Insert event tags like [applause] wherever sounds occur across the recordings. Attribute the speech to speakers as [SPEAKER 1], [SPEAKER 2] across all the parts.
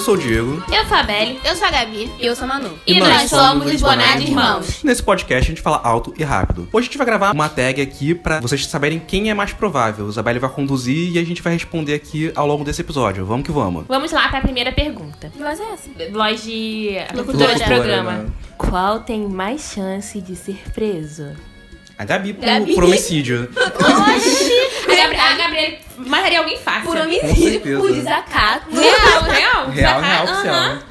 [SPEAKER 1] sou o Diego.
[SPEAKER 2] Eu sou a Beli.
[SPEAKER 3] Eu sou a Gabi.
[SPEAKER 4] E eu sou a Manu.
[SPEAKER 3] E, nós, somos os Bonados Irmãos.
[SPEAKER 1] Nesse podcast a gente fala alto e rápido. Hoje a gente vai gravar uma tag aqui pra vocês saberem quem é mais provável. Isabelle vai conduzir e a gente vai responder aqui ao longo desse episódio. Vamos que vamos.
[SPEAKER 2] Vamos lá pra primeira pergunta.
[SPEAKER 4] Mas é essa.
[SPEAKER 2] Voz de.
[SPEAKER 3] Locutora
[SPEAKER 2] de
[SPEAKER 3] de
[SPEAKER 2] programa.
[SPEAKER 1] né?
[SPEAKER 2] Qual tem mais chance de ser preso?
[SPEAKER 1] A Gabi, por-
[SPEAKER 3] Gabi.
[SPEAKER 1] por
[SPEAKER 3] [laughs]
[SPEAKER 1] homicídio.
[SPEAKER 2] A, Gabri a Gabriela mataria alguém fácil.
[SPEAKER 4] Por
[SPEAKER 1] Com certeza.
[SPEAKER 4] homicídio, por desacato.
[SPEAKER 2] Real,
[SPEAKER 1] Real,
[SPEAKER 2] real. Desacato.
[SPEAKER 1] real oficial.
[SPEAKER 2] Aham.
[SPEAKER 1] né?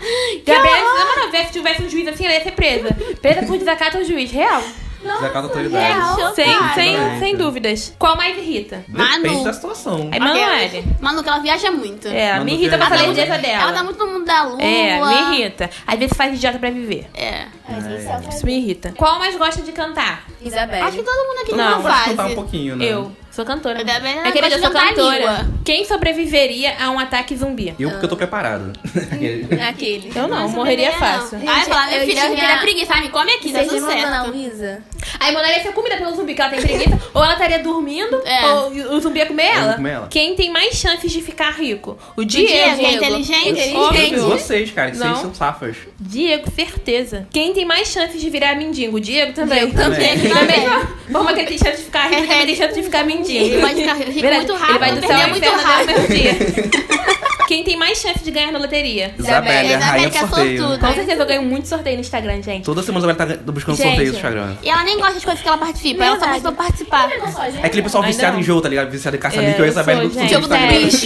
[SPEAKER 2] Gabriela, se não, mano, se tivesse um juiz assim, ela ia ser presa. Presa por desacato ao juiz. Real.
[SPEAKER 1] Desacato à autoridade.
[SPEAKER 4] real. Não,
[SPEAKER 2] Sem,
[SPEAKER 4] cara.
[SPEAKER 2] sem,
[SPEAKER 1] Exatamente.
[SPEAKER 2] sem dúvidas. Qual mais irrita?
[SPEAKER 1] Depende
[SPEAKER 3] Manu.
[SPEAKER 1] da situação.
[SPEAKER 2] É Manuele.
[SPEAKER 3] Mano, que ela viaja muito.
[SPEAKER 2] É,
[SPEAKER 1] Manu
[SPEAKER 2] me irrita
[SPEAKER 1] Ferreira.
[SPEAKER 2] pra falar
[SPEAKER 1] Ela tá
[SPEAKER 2] idiota dela.
[SPEAKER 3] Ela tá muito no mundo da lua.
[SPEAKER 2] É, me irrita. Às vezes faz idiota pra viver.
[SPEAKER 3] É.
[SPEAKER 2] Isso me irrita. Qual mais gosta de cantar?
[SPEAKER 3] Acho que
[SPEAKER 4] Isabelle.
[SPEAKER 3] todo mundo aqui tem
[SPEAKER 2] Não,
[SPEAKER 3] uma
[SPEAKER 2] pode
[SPEAKER 1] Pode contar um
[SPEAKER 3] fase.
[SPEAKER 1] pouquinho, né?
[SPEAKER 2] Eu. Sou cantora.
[SPEAKER 3] Eu também
[SPEAKER 2] Mas, querida, eu
[SPEAKER 3] gosto
[SPEAKER 2] sou
[SPEAKER 3] de cantar
[SPEAKER 2] cantora.
[SPEAKER 3] tá língua.
[SPEAKER 2] Quem sobreviveria a um ataque zumbi?
[SPEAKER 1] Eu
[SPEAKER 3] Ah.
[SPEAKER 1] porque eu tô preparado.
[SPEAKER 4] Aquele.
[SPEAKER 2] Eu não,
[SPEAKER 3] Não
[SPEAKER 2] morreria
[SPEAKER 3] sobreviveria,
[SPEAKER 2] fácil.
[SPEAKER 3] não. Ai,
[SPEAKER 4] Gente,
[SPEAKER 3] falar, minha
[SPEAKER 4] eu
[SPEAKER 3] filha,
[SPEAKER 4] tinha-
[SPEAKER 3] eu queria preguiça. Ai, me come aqui, tá
[SPEAKER 4] Vocês
[SPEAKER 3] tudo
[SPEAKER 4] lembram da Ana
[SPEAKER 3] certo.
[SPEAKER 4] Luísa?
[SPEAKER 2] Aí Manoela ia ser comida pelo zumbi, que ela tem preguiça.
[SPEAKER 3] [laughs]
[SPEAKER 2] ou ela estaria dormindo,
[SPEAKER 3] É.
[SPEAKER 2] ou o zumbi ia comer ela.
[SPEAKER 1] ia comer ela.
[SPEAKER 2] Quem tem mais chances de ficar rico? O Diego.
[SPEAKER 3] Diego, que é
[SPEAKER 2] Diego.
[SPEAKER 3] inteligente.
[SPEAKER 2] Óbvio.
[SPEAKER 1] Vocês, cara, que vocês
[SPEAKER 2] Não.
[SPEAKER 1] são safas.
[SPEAKER 2] Diego, certeza. Quem tem mais chances de virar mendigo? O Diego também.
[SPEAKER 4] Diego
[SPEAKER 1] também.
[SPEAKER 2] [laughs] Da mesma forma que ele tem chance de ficar rico, ele também tem chance de ficar mendigo.
[SPEAKER 3] Ele pode ficar rico
[SPEAKER 2] Verdade.
[SPEAKER 3] muito
[SPEAKER 2] Ele vai
[SPEAKER 3] rápido,
[SPEAKER 2] do céu
[SPEAKER 3] perder
[SPEAKER 2] ao
[SPEAKER 3] muito
[SPEAKER 2] inferno no
[SPEAKER 3] rápido.
[SPEAKER 2] mesmo dia. [laughs] Quem tem mais chance de ganhar na loteria?
[SPEAKER 1] Isabelle, a
[SPEAKER 3] Isabelle
[SPEAKER 1] rainha do
[SPEAKER 3] que é
[SPEAKER 1] sorteio.
[SPEAKER 3] sortuda.
[SPEAKER 2] Com certeza eu ganho muito sorteio no Instagram, gente.
[SPEAKER 1] Toda semana a Isabelle tá buscando
[SPEAKER 2] Gente.
[SPEAKER 1] sorteio no Instagram.
[SPEAKER 3] E ela nem gosta de coisas que ela participa, ela só
[SPEAKER 4] Verdade.
[SPEAKER 3] participa pra participar.
[SPEAKER 1] É aquele pessoal
[SPEAKER 2] Ai,
[SPEAKER 1] viciado
[SPEAKER 2] não.
[SPEAKER 1] em jogo, tá ligado? Viciado em caça-níquel.
[SPEAKER 2] É,
[SPEAKER 1] eu e a Isabelle
[SPEAKER 2] sou,
[SPEAKER 1] do
[SPEAKER 2] gente. é,
[SPEAKER 3] Jogo do bicho.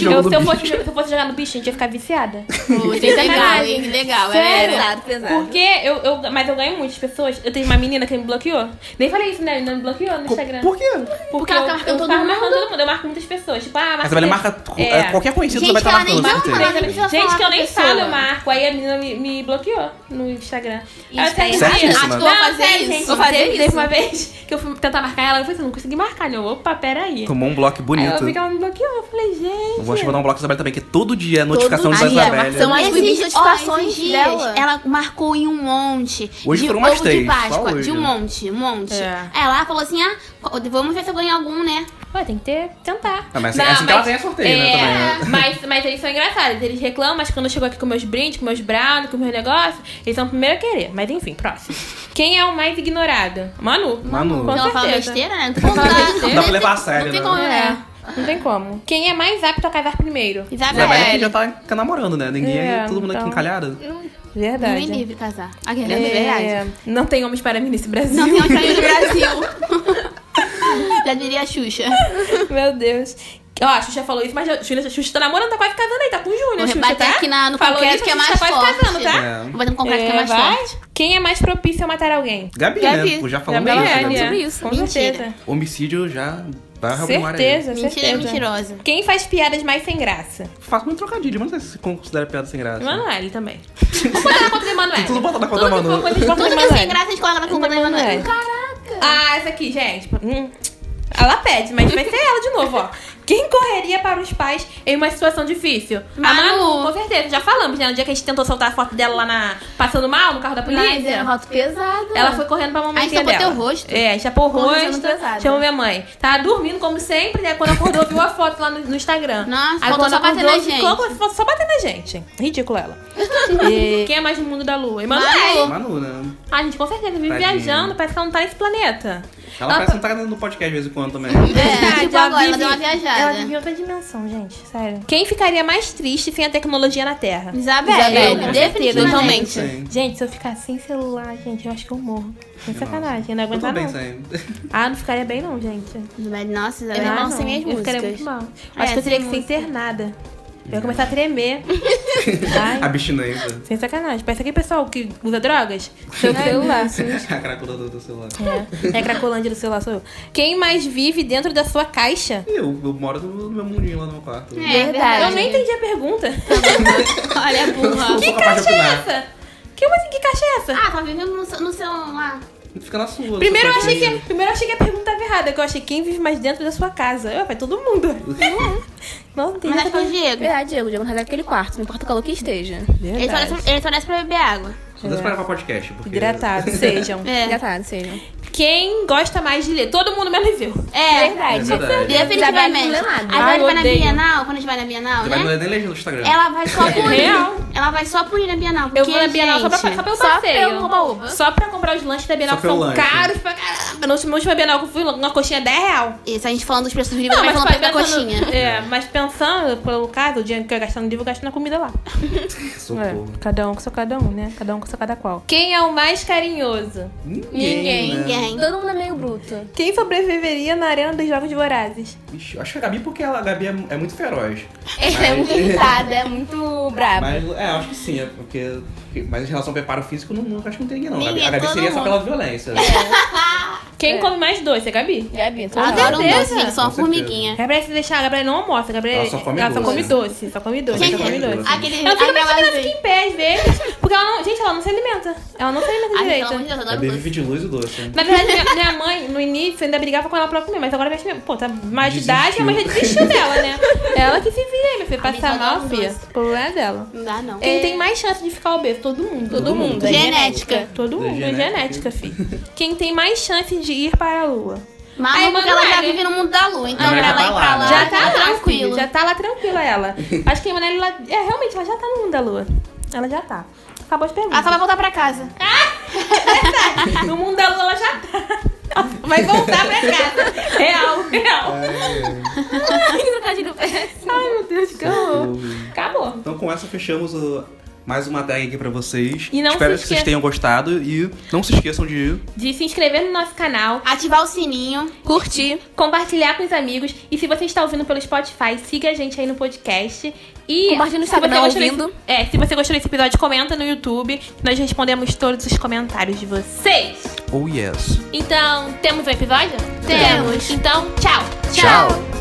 [SPEAKER 1] [laughs] Jogo
[SPEAKER 2] Eu, um
[SPEAKER 1] do
[SPEAKER 2] se, eu
[SPEAKER 1] bicho.
[SPEAKER 2] fosse, se eu fosse jogar no bicho, gente, ia ficar viciada.
[SPEAKER 3] Pô, gente, legal, hein? Legal, é
[SPEAKER 2] Sério?
[SPEAKER 3] era.
[SPEAKER 4] Pesado, pesado.
[SPEAKER 2] Porque eu, eu. Mas eu ganho muitas pessoas. Eu tenho uma menina que me bloqueou. Nem falei isso, né? Ainda me bloqueou no Instagram.
[SPEAKER 1] Por quê?
[SPEAKER 2] Porque
[SPEAKER 3] ela
[SPEAKER 2] eu,
[SPEAKER 3] tá marcando
[SPEAKER 2] eu
[SPEAKER 3] todo
[SPEAKER 2] ficava
[SPEAKER 3] mundo.
[SPEAKER 2] marcando todo mundo. Eu marco muitas pessoas. Tipo, ah,
[SPEAKER 1] A
[SPEAKER 2] marca.
[SPEAKER 1] Isabelle marca
[SPEAKER 2] É.
[SPEAKER 1] é, qualquer conhecido,
[SPEAKER 3] Gente,
[SPEAKER 1] vai estar
[SPEAKER 3] que ela nem
[SPEAKER 1] marcando.
[SPEAKER 3] vai
[SPEAKER 1] certeza.
[SPEAKER 3] falar. precisa
[SPEAKER 2] Gente,
[SPEAKER 3] falar
[SPEAKER 2] que eu
[SPEAKER 3] com a
[SPEAKER 2] nem
[SPEAKER 3] pessoa.
[SPEAKER 2] falo, eu marco. Aí a menina me, me bloqueou no Instagram. Ela
[SPEAKER 4] Isso tá
[SPEAKER 2] até
[SPEAKER 4] errado.
[SPEAKER 2] dizia-
[SPEAKER 1] Certíssima. Acho que eu
[SPEAKER 3] vou
[SPEAKER 2] Não,
[SPEAKER 3] fazer
[SPEAKER 2] sério,
[SPEAKER 3] isso.
[SPEAKER 2] gente,
[SPEAKER 4] Vou fazer
[SPEAKER 2] teve,
[SPEAKER 4] isso.
[SPEAKER 2] teve uma vez que eu fui tentar marcar ela. Eu falei assim, não consegui marcar. Eu, opa, peraí.
[SPEAKER 1] Tomou um bloco
[SPEAKER 2] Aí eu
[SPEAKER 1] bonito.
[SPEAKER 2] vi que ela me bloqueou. Eu falei, gente.
[SPEAKER 1] Eu vou te mandar um bloco da Isabelle também, que todo dia é notificação da
[SPEAKER 4] dia,
[SPEAKER 1] Isabelle.
[SPEAKER 4] são as
[SPEAKER 3] Esses-
[SPEAKER 4] 20
[SPEAKER 3] ó,
[SPEAKER 4] notificações
[SPEAKER 3] esses dias,
[SPEAKER 4] dela.
[SPEAKER 3] Ela marcou em um monte.
[SPEAKER 1] Hoje
[SPEAKER 3] de
[SPEAKER 1] foram umas
[SPEAKER 3] ovo
[SPEAKER 1] três,
[SPEAKER 3] de
[SPEAKER 1] só
[SPEAKER 3] Páscoa,
[SPEAKER 1] hoje.
[SPEAKER 3] de um monte, um monte.
[SPEAKER 2] É.
[SPEAKER 3] Aí Ela falou assim: ah, co- vamos ver se eu ganho algum, né?
[SPEAKER 2] Ué, tem que ter, tentar.
[SPEAKER 1] Ah, mas assim- assim que ela ganha sorteio,
[SPEAKER 2] é,
[SPEAKER 1] né, também,
[SPEAKER 2] [laughs] Mas, mas eles são engraçados. Eles reclamam, mas quando eu chego aqui com meus brindes, com meus brownies, com meus negócios, eles são o primeiro a querer. Mas enfim, próximo. Quem é o mais ignorado? Manu.
[SPEAKER 1] Manu.
[SPEAKER 2] Com
[SPEAKER 3] Então ela fala
[SPEAKER 2] certeza. [laughs]
[SPEAKER 3] besteira, né? Não,
[SPEAKER 2] fala besteira.
[SPEAKER 1] Dá pra levar a sério,
[SPEAKER 3] Não tem
[SPEAKER 1] né?
[SPEAKER 3] como, né?
[SPEAKER 2] É. Não tem como. Quem é mais apto a casar primeiro?
[SPEAKER 1] Isabelle aqui
[SPEAKER 3] Isabelle.
[SPEAKER 1] já tá tá namorando, né? Ninguém
[SPEAKER 2] É,
[SPEAKER 1] todo mundo aqui
[SPEAKER 2] então.
[SPEAKER 1] encalhado.
[SPEAKER 2] Verdade.
[SPEAKER 3] Ninguém livre casar. Aqui,
[SPEAKER 2] É,
[SPEAKER 3] é verdade.
[SPEAKER 2] Não tem homens para mim nesse Brasil.
[SPEAKER 3] Não tem onde sair do Brasil.
[SPEAKER 2] [laughs]
[SPEAKER 3] [laughs] Já diria a Xuxa.
[SPEAKER 2] Meu Deus. Ó, a Xuxa falou isso, mas a Xuxa, a Xuxa tá namorando, tá quase casando aí, tá com o Júnior.
[SPEAKER 3] Vou
[SPEAKER 2] a Xuxa,
[SPEAKER 3] rebater
[SPEAKER 2] tá?
[SPEAKER 3] aqui na- no
[SPEAKER 2] Falou
[SPEAKER 3] concreto
[SPEAKER 2] isso,
[SPEAKER 3] que
[SPEAKER 2] a
[SPEAKER 3] é
[SPEAKER 2] Xuxa
[SPEAKER 3] mais
[SPEAKER 2] tá quase
[SPEAKER 3] forte.
[SPEAKER 2] casando, tá?
[SPEAKER 1] É.
[SPEAKER 3] Vou bater no concreto que é mais
[SPEAKER 2] vai.
[SPEAKER 3] forte.
[SPEAKER 2] Quem é mais propício a matar alguém?
[SPEAKER 1] Gabi, né?
[SPEAKER 3] Gabi.
[SPEAKER 1] Já falamos
[SPEAKER 2] Gabriela,
[SPEAKER 1] isso,
[SPEAKER 2] né?
[SPEAKER 1] né?
[SPEAKER 2] Com
[SPEAKER 3] Mentira.
[SPEAKER 2] certeza.
[SPEAKER 1] Homicídio já vai arrumar uma área.
[SPEAKER 2] Certeza,
[SPEAKER 3] Mentira é
[SPEAKER 2] certeza. Tá
[SPEAKER 3] mentirosa.
[SPEAKER 2] Quem faz piadas mais sem graça?
[SPEAKER 1] Faço muito um trocadilho, mas não sei se considera piada sem graça.
[SPEAKER 2] Emanuele também. Vamos botar na
[SPEAKER 1] [laughs]
[SPEAKER 2] conta de Emanuele.
[SPEAKER 1] Tudo bota na conta da
[SPEAKER 2] Tudo que
[SPEAKER 1] Manu.
[SPEAKER 2] for coisa de conta
[SPEAKER 3] Tudo
[SPEAKER 2] da
[SPEAKER 3] que é sem
[SPEAKER 2] Emanuele.
[SPEAKER 3] graça, a gente coloca na culpa da
[SPEAKER 2] é.
[SPEAKER 3] Emanuele.
[SPEAKER 2] Ah, essa aqui, gente. Hum. Ela pede, mas vai ser ela de novo, ó. Quem correria para os pais em uma situação difícil? A
[SPEAKER 3] Manu.
[SPEAKER 2] Manu, com certeza. Já falamos, né? No dia que a gente tentou soltar a foto dela lá na... Passando mal no carro da
[SPEAKER 4] Mas é
[SPEAKER 2] polícia.
[SPEAKER 4] um voto pesado.
[SPEAKER 2] Ela foi correndo pra mamãe
[SPEAKER 3] Aí chapou
[SPEAKER 2] dela.
[SPEAKER 3] teu rosto.
[SPEAKER 2] É, chapou o
[SPEAKER 4] Corrigindo
[SPEAKER 2] rosto,
[SPEAKER 4] pesado.
[SPEAKER 2] chamou minha mãe. Tava dormindo, como sempre, né? Quando acordou, viu a foto lá no, no Instagram.
[SPEAKER 3] Nossa,
[SPEAKER 2] Aí
[SPEAKER 3] faltou
[SPEAKER 2] quando
[SPEAKER 3] só bater
[SPEAKER 2] acordou,
[SPEAKER 3] na
[SPEAKER 2] ficou
[SPEAKER 3] gente.
[SPEAKER 2] com- só bater na gente. Ridícula ela.
[SPEAKER 3] [laughs]
[SPEAKER 2] E Quem é mais no mundo da lua? Emanuele.
[SPEAKER 3] Manu.
[SPEAKER 1] Manu, né?
[SPEAKER 2] A gente com certeza vive
[SPEAKER 1] Tadinha.
[SPEAKER 2] viajando, parece que ela não tá nesse planeta.
[SPEAKER 1] Ela
[SPEAKER 2] Ela
[SPEAKER 1] parece
[SPEAKER 2] tá-
[SPEAKER 1] que não tá no podcast de vez em quando também.
[SPEAKER 3] É, tipo
[SPEAKER 2] ela
[SPEAKER 3] agora, ela
[SPEAKER 2] vive-
[SPEAKER 3] deu uma
[SPEAKER 2] Ela
[SPEAKER 3] viajada.
[SPEAKER 2] vive em outra dimensão, gente. Sério. Quem ficaria mais triste sem a tecnologia na Terra?
[SPEAKER 3] Isabelle, né?
[SPEAKER 2] com certeza,
[SPEAKER 3] definitivamente.
[SPEAKER 1] Sim.
[SPEAKER 2] Gente, se eu ficar sem celular, gente, eu acho que eu morro. Sem É sacanagem, eu não
[SPEAKER 1] Eu tô
[SPEAKER 2] aguentar
[SPEAKER 1] bem
[SPEAKER 2] não.
[SPEAKER 1] sem.
[SPEAKER 2] Ah, não ficaria bem não, gente.
[SPEAKER 3] Isabelle, nossa,
[SPEAKER 2] Eu
[SPEAKER 3] Isabelle. é
[SPEAKER 2] não,
[SPEAKER 3] não, sem minhas
[SPEAKER 2] eu ficaria
[SPEAKER 3] músicas.
[SPEAKER 2] muito mal. Eu
[SPEAKER 3] É,
[SPEAKER 2] Acho que eu teria
[SPEAKER 3] sem
[SPEAKER 2] que ser internada. Eu ia começar a tremer. Ai,
[SPEAKER 1] Abstinência.
[SPEAKER 2] sem sacanagem. Parece aquele pessoal que usa drogas. Seu celular.
[SPEAKER 1] [laughs] A cracola do, do celular.
[SPEAKER 2] [laughs] É, é cracolândia do celular, sou eu. Quem mais vive dentro da sua caixa?
[SPEAKER 1] Eu, eu moro no meu mundinho lá no meu quarto.
[SPEAKER 3] É verdade.
[SPEAKER 2] Eu nem entendi a pergunta.
[SPEAKER 3] Olha a burra.
[SPEAKER 2] que caixa é essa? Que, mas que caixa é essa?
[SPEAKER 3] Ah, tá vivendo no, seu- no celular.
[SPEAKER 1] Fica na sua. no
[SPEAKER 2] Primeiro eu,
[SPEAKER 1] seu
[SPEAKER 2] achei que,
[SPEAKER 1] cantinho.
[SPEAKER 3] [laughs]
[SPEAKER 2] primeiro eu achei que a pergunta estava errada, que eu achei quem vive mais dentro da sua casa. Eu, vai todo mundo. Não tem.
[SPEAKER 3] Mas acho que é o Diego.
[SPEAKER 4] Verdade, Diego. Diego não sai daquele quarto, não importa o calor que esteja.
[SPEAKER 3] Ele só,
[SPEAKER 5] Verdade.
[SPEAKER 3] desce, ele só desce pra beber água.
[SPEAKER 1] Só dá pra gravar podcast, porque...
[SPEAKER 5] Hidratados, sejam.
[SPEAKER 3] É.
[SPEAKER 4] Engatado, seja.
[SPEAKER 2] Quem gosta mais de ler? Todo mundo menos eu.
[SPEAKER 3] É.
[SPEAKER 1] É verdade.
[SPEAKER 3] Definitivamente.
[SPEAKER 4] Isabela não lê nada.
[SPEAKER 3] Agora ele vai
[SPEAKER 2] Ai,
[SPEAKER 3] na
[SPEAKER 2] odeio.
[SPEAKER 3] Bienal, quando a gente vai na Bienal,
[SPEAKER 1] Você vai
[SPEAKER 3] né?
[SPEAKER 1] ler nem legenda no Instagram.
[SPEAKER 3] Ela vai só
[SPEAKER 2] Real.
[SPEAKER 3] punir. Ela vai só punir na Bienal. Porque,
[SPEAKER 2] Eu vou na Bienal só pra,
[SPEAKER 3] gente,
[SPEAKER 2] só pelo
[SPEAKER 4] só
[SPEAKER 2] passeio.
[SPEAKER 4] pelo Oba-Oba.
[SPEAKER 2] Só pra comprar os lanches da Bienal,
[SPEAKER 1] Só
[SPEAKER 2] que
[SPEAKER 1] pelo
[SPEAKER 2] são
[SPEAKER 1] lanche.
[SPEAKER 2] caros pra caramba. Na última- última Bienal que eu fui, uma coxinha é 10 real.
[SPEAKER 3] Isso, a gente falando dos preços do livro, mas falando
[SPEAKER 2] pai,
[SPEAKER 3] pra da
[SPEAKER 2] pensando-
[SPEAKER 3] coxinha.
[SPEAKER 2] [laughs] É, mas pensando, pelo caso, o dinheiro que eu ia gastar no livro, eu gasto na comida lá.
[SPEAKER 1] Socorro.
[SPEAKER 2] cada um com seu cada um, né? Cada um com seu cada qual. Quem é o mais carinhoso?
[SPEAKER 1] Ninguém, né?
[SPEAKER 3] Ninguém.
[SPEAKER 4] Todo mundo é meio bruto.
[SPEAKER 2] Quem sobreviveria na arena dos Jogos Vorazes?
[SPEAKER 1] Ixi, eu acho que a Gabi, porque ela, a Gabi é, é muito feroz.
[SPEAKER 4] Ela é muito irritada, é muito brava.
[SPEAKER 1] Mas, é, eu acho que sim, é porque... porque- Mas em relação ao preparo físico, não, não acho que não tem ninguém, não. A Gabi-
[SPEAKER 3] Ninguém,
[SPEAKER 1] a Gabi
[SPEAKER 3] todo
[SPEAKER 1] seria só
[SPEAKER 3] mundo.
[SPEAKER 1] pela violência.
[SPEAKER 2] Quem come mais doce? É Gabi?
[SPEAKER 4] Gabi, tô
[SPEAKER 3] Adoro um
[SPEAKER 2] certeza.
[SPEAKER 3] doce, gente, só uma
[SPEAKER 1] Com certeza.
[SPEAKER 3] formiguinha.
[SPEAKER 2] Gabriela, se É deixar, a Gabriela não almoça. A Gabriela
[SPEAKER 1] Ela só come
[SPEAKER 2] ela
[SPEAKER 1] doce.
[SPEAKER 2] só come doce. Só come doce.
[SPEAKER 1] Gente,
[SPEAKER 2] Só come doce.
[SPEAKER 3] Aquele,
[SPEAKER 2] Ela fica
[SPEAKER 3] aquela
[SPEAKER 2] pensando que ela
[SPEAKER 3] vez.
[SPEAKER 2] fica em pé às vezes. Porque ela não. Gente, ela não se alimenta. Ela não se alimenta
[SPEAKER 3] Ai,
[SPEAKER 2] direito.
[SPEAKER 3] Ah, pelo amor de Deus, eu adoro
[SPEAKER 1] Gabi
[SPEAKER 3] doce.
[SPEAKER 1] vive de luz e doce. né?
[SPEAKER 2] Na verdade, minha, minha mãe, no início, ainda brigava com ela pra comer, mas agora minha filha, pô, tá mais de idade, a mãe já desistiu dela, né? Ela que se vira aí, minha filha, passar
[SPEAKER 3] Amiga,
[SPEAKER 2] mal,
[SPEAKER 3] dá um
[SPEAKER 2] filha.
[SPEAKER 3] doce.
[SPEAKER 2] O problema é dela.
[SPEAKER 3] Não dá, não.
[SPEAKER 2] Quem tem mais chance de ficar obeso? Todo mundo.
[SPEAKER 1] Todo mundo.
[SPEAKER 2] É
[SPEAKER 3] Genética.
[SPEAKER 2] Todo
[SPEAKER 1] Da
[SPEAKER 2] mundo, é
[SPEAKER 1] genética.
[SPEAKER 2] genética, filho. Quem tem mais chance de ir para a lua? né? Ai,
[SPEAKER 3] Mas porque ela já
[SPEAKER 2] Manoel.
[SPEAKER 3] vive no mundo da lua, então
[SPEAKER 1] Não,
[SPEAKER 3] pra
[SPEAKER 1] já
[SPEAKER 3] lá
[SPEAKER 1] tá
[SPEAKER 3] e
[SPEAKER 1] lá,
[SPEAKER 3] pra lá.
[SPEAKER 1] né?
[SPEAKER 2] já tá lá,
[SPEAKER 3] tranquilo.
[SPEAKER 2] filho, já tá lá tranquila ela. Acho que a Emanuele, ela, é, realmente, ela já tá no mundo da lua. Ela já tá. Acabou as perguntas.
[SPEAKER 3] Ela só vai voltar pra casa.
[SPEAKER 2] [laughs] No mundo da lua, ela já tá. Vai voltar
[SPEAKER 3] [laughs]
[SPEAKER 2] pra casa. Real, real. Ai, meu Deus, que horror. Acabou.
[SPEAKER 1] Então com essa fechamos o- mais uma tag aqui pra vocês.
[SPEAKER 2] E não
[SPEAKER 1] Espero
[SPEAKER 2] se
[SPEAKER 1] que vocês
[SPEAKER 2] esqueça-
[SPEAKER 1] tenham gostado e não se esqueçam de
[SPEAKER 2] De se inscrever no nosso canal,
[SPEAKER 3] Ativar o sininho.
[SPEAKER 2] curtir, compartilhar com os amigos. E se você está ouvindo pelo Spotify, siga a gente aí no podcast. E
[SPEAKER 4] Compartilha no
[SPEAKER 2] se você
[SPEAKER 4] Instagram,
[SPEAKER 2] gostou
[SPEAKER 4] ouvindo.
[SPEAKER 2] desse- é, se você gostou desse episódio, comenta no YouTube. que Nós respondemos todos os comentários de vocês.
[SPEAKER 1] Oh Yes.
[SPEAKER 2] Então, temos um episódio?
[SPEAKER 3] Temos.
[SPEAKER 2] Então, tchau.
[SPEAKER 1] Tchau.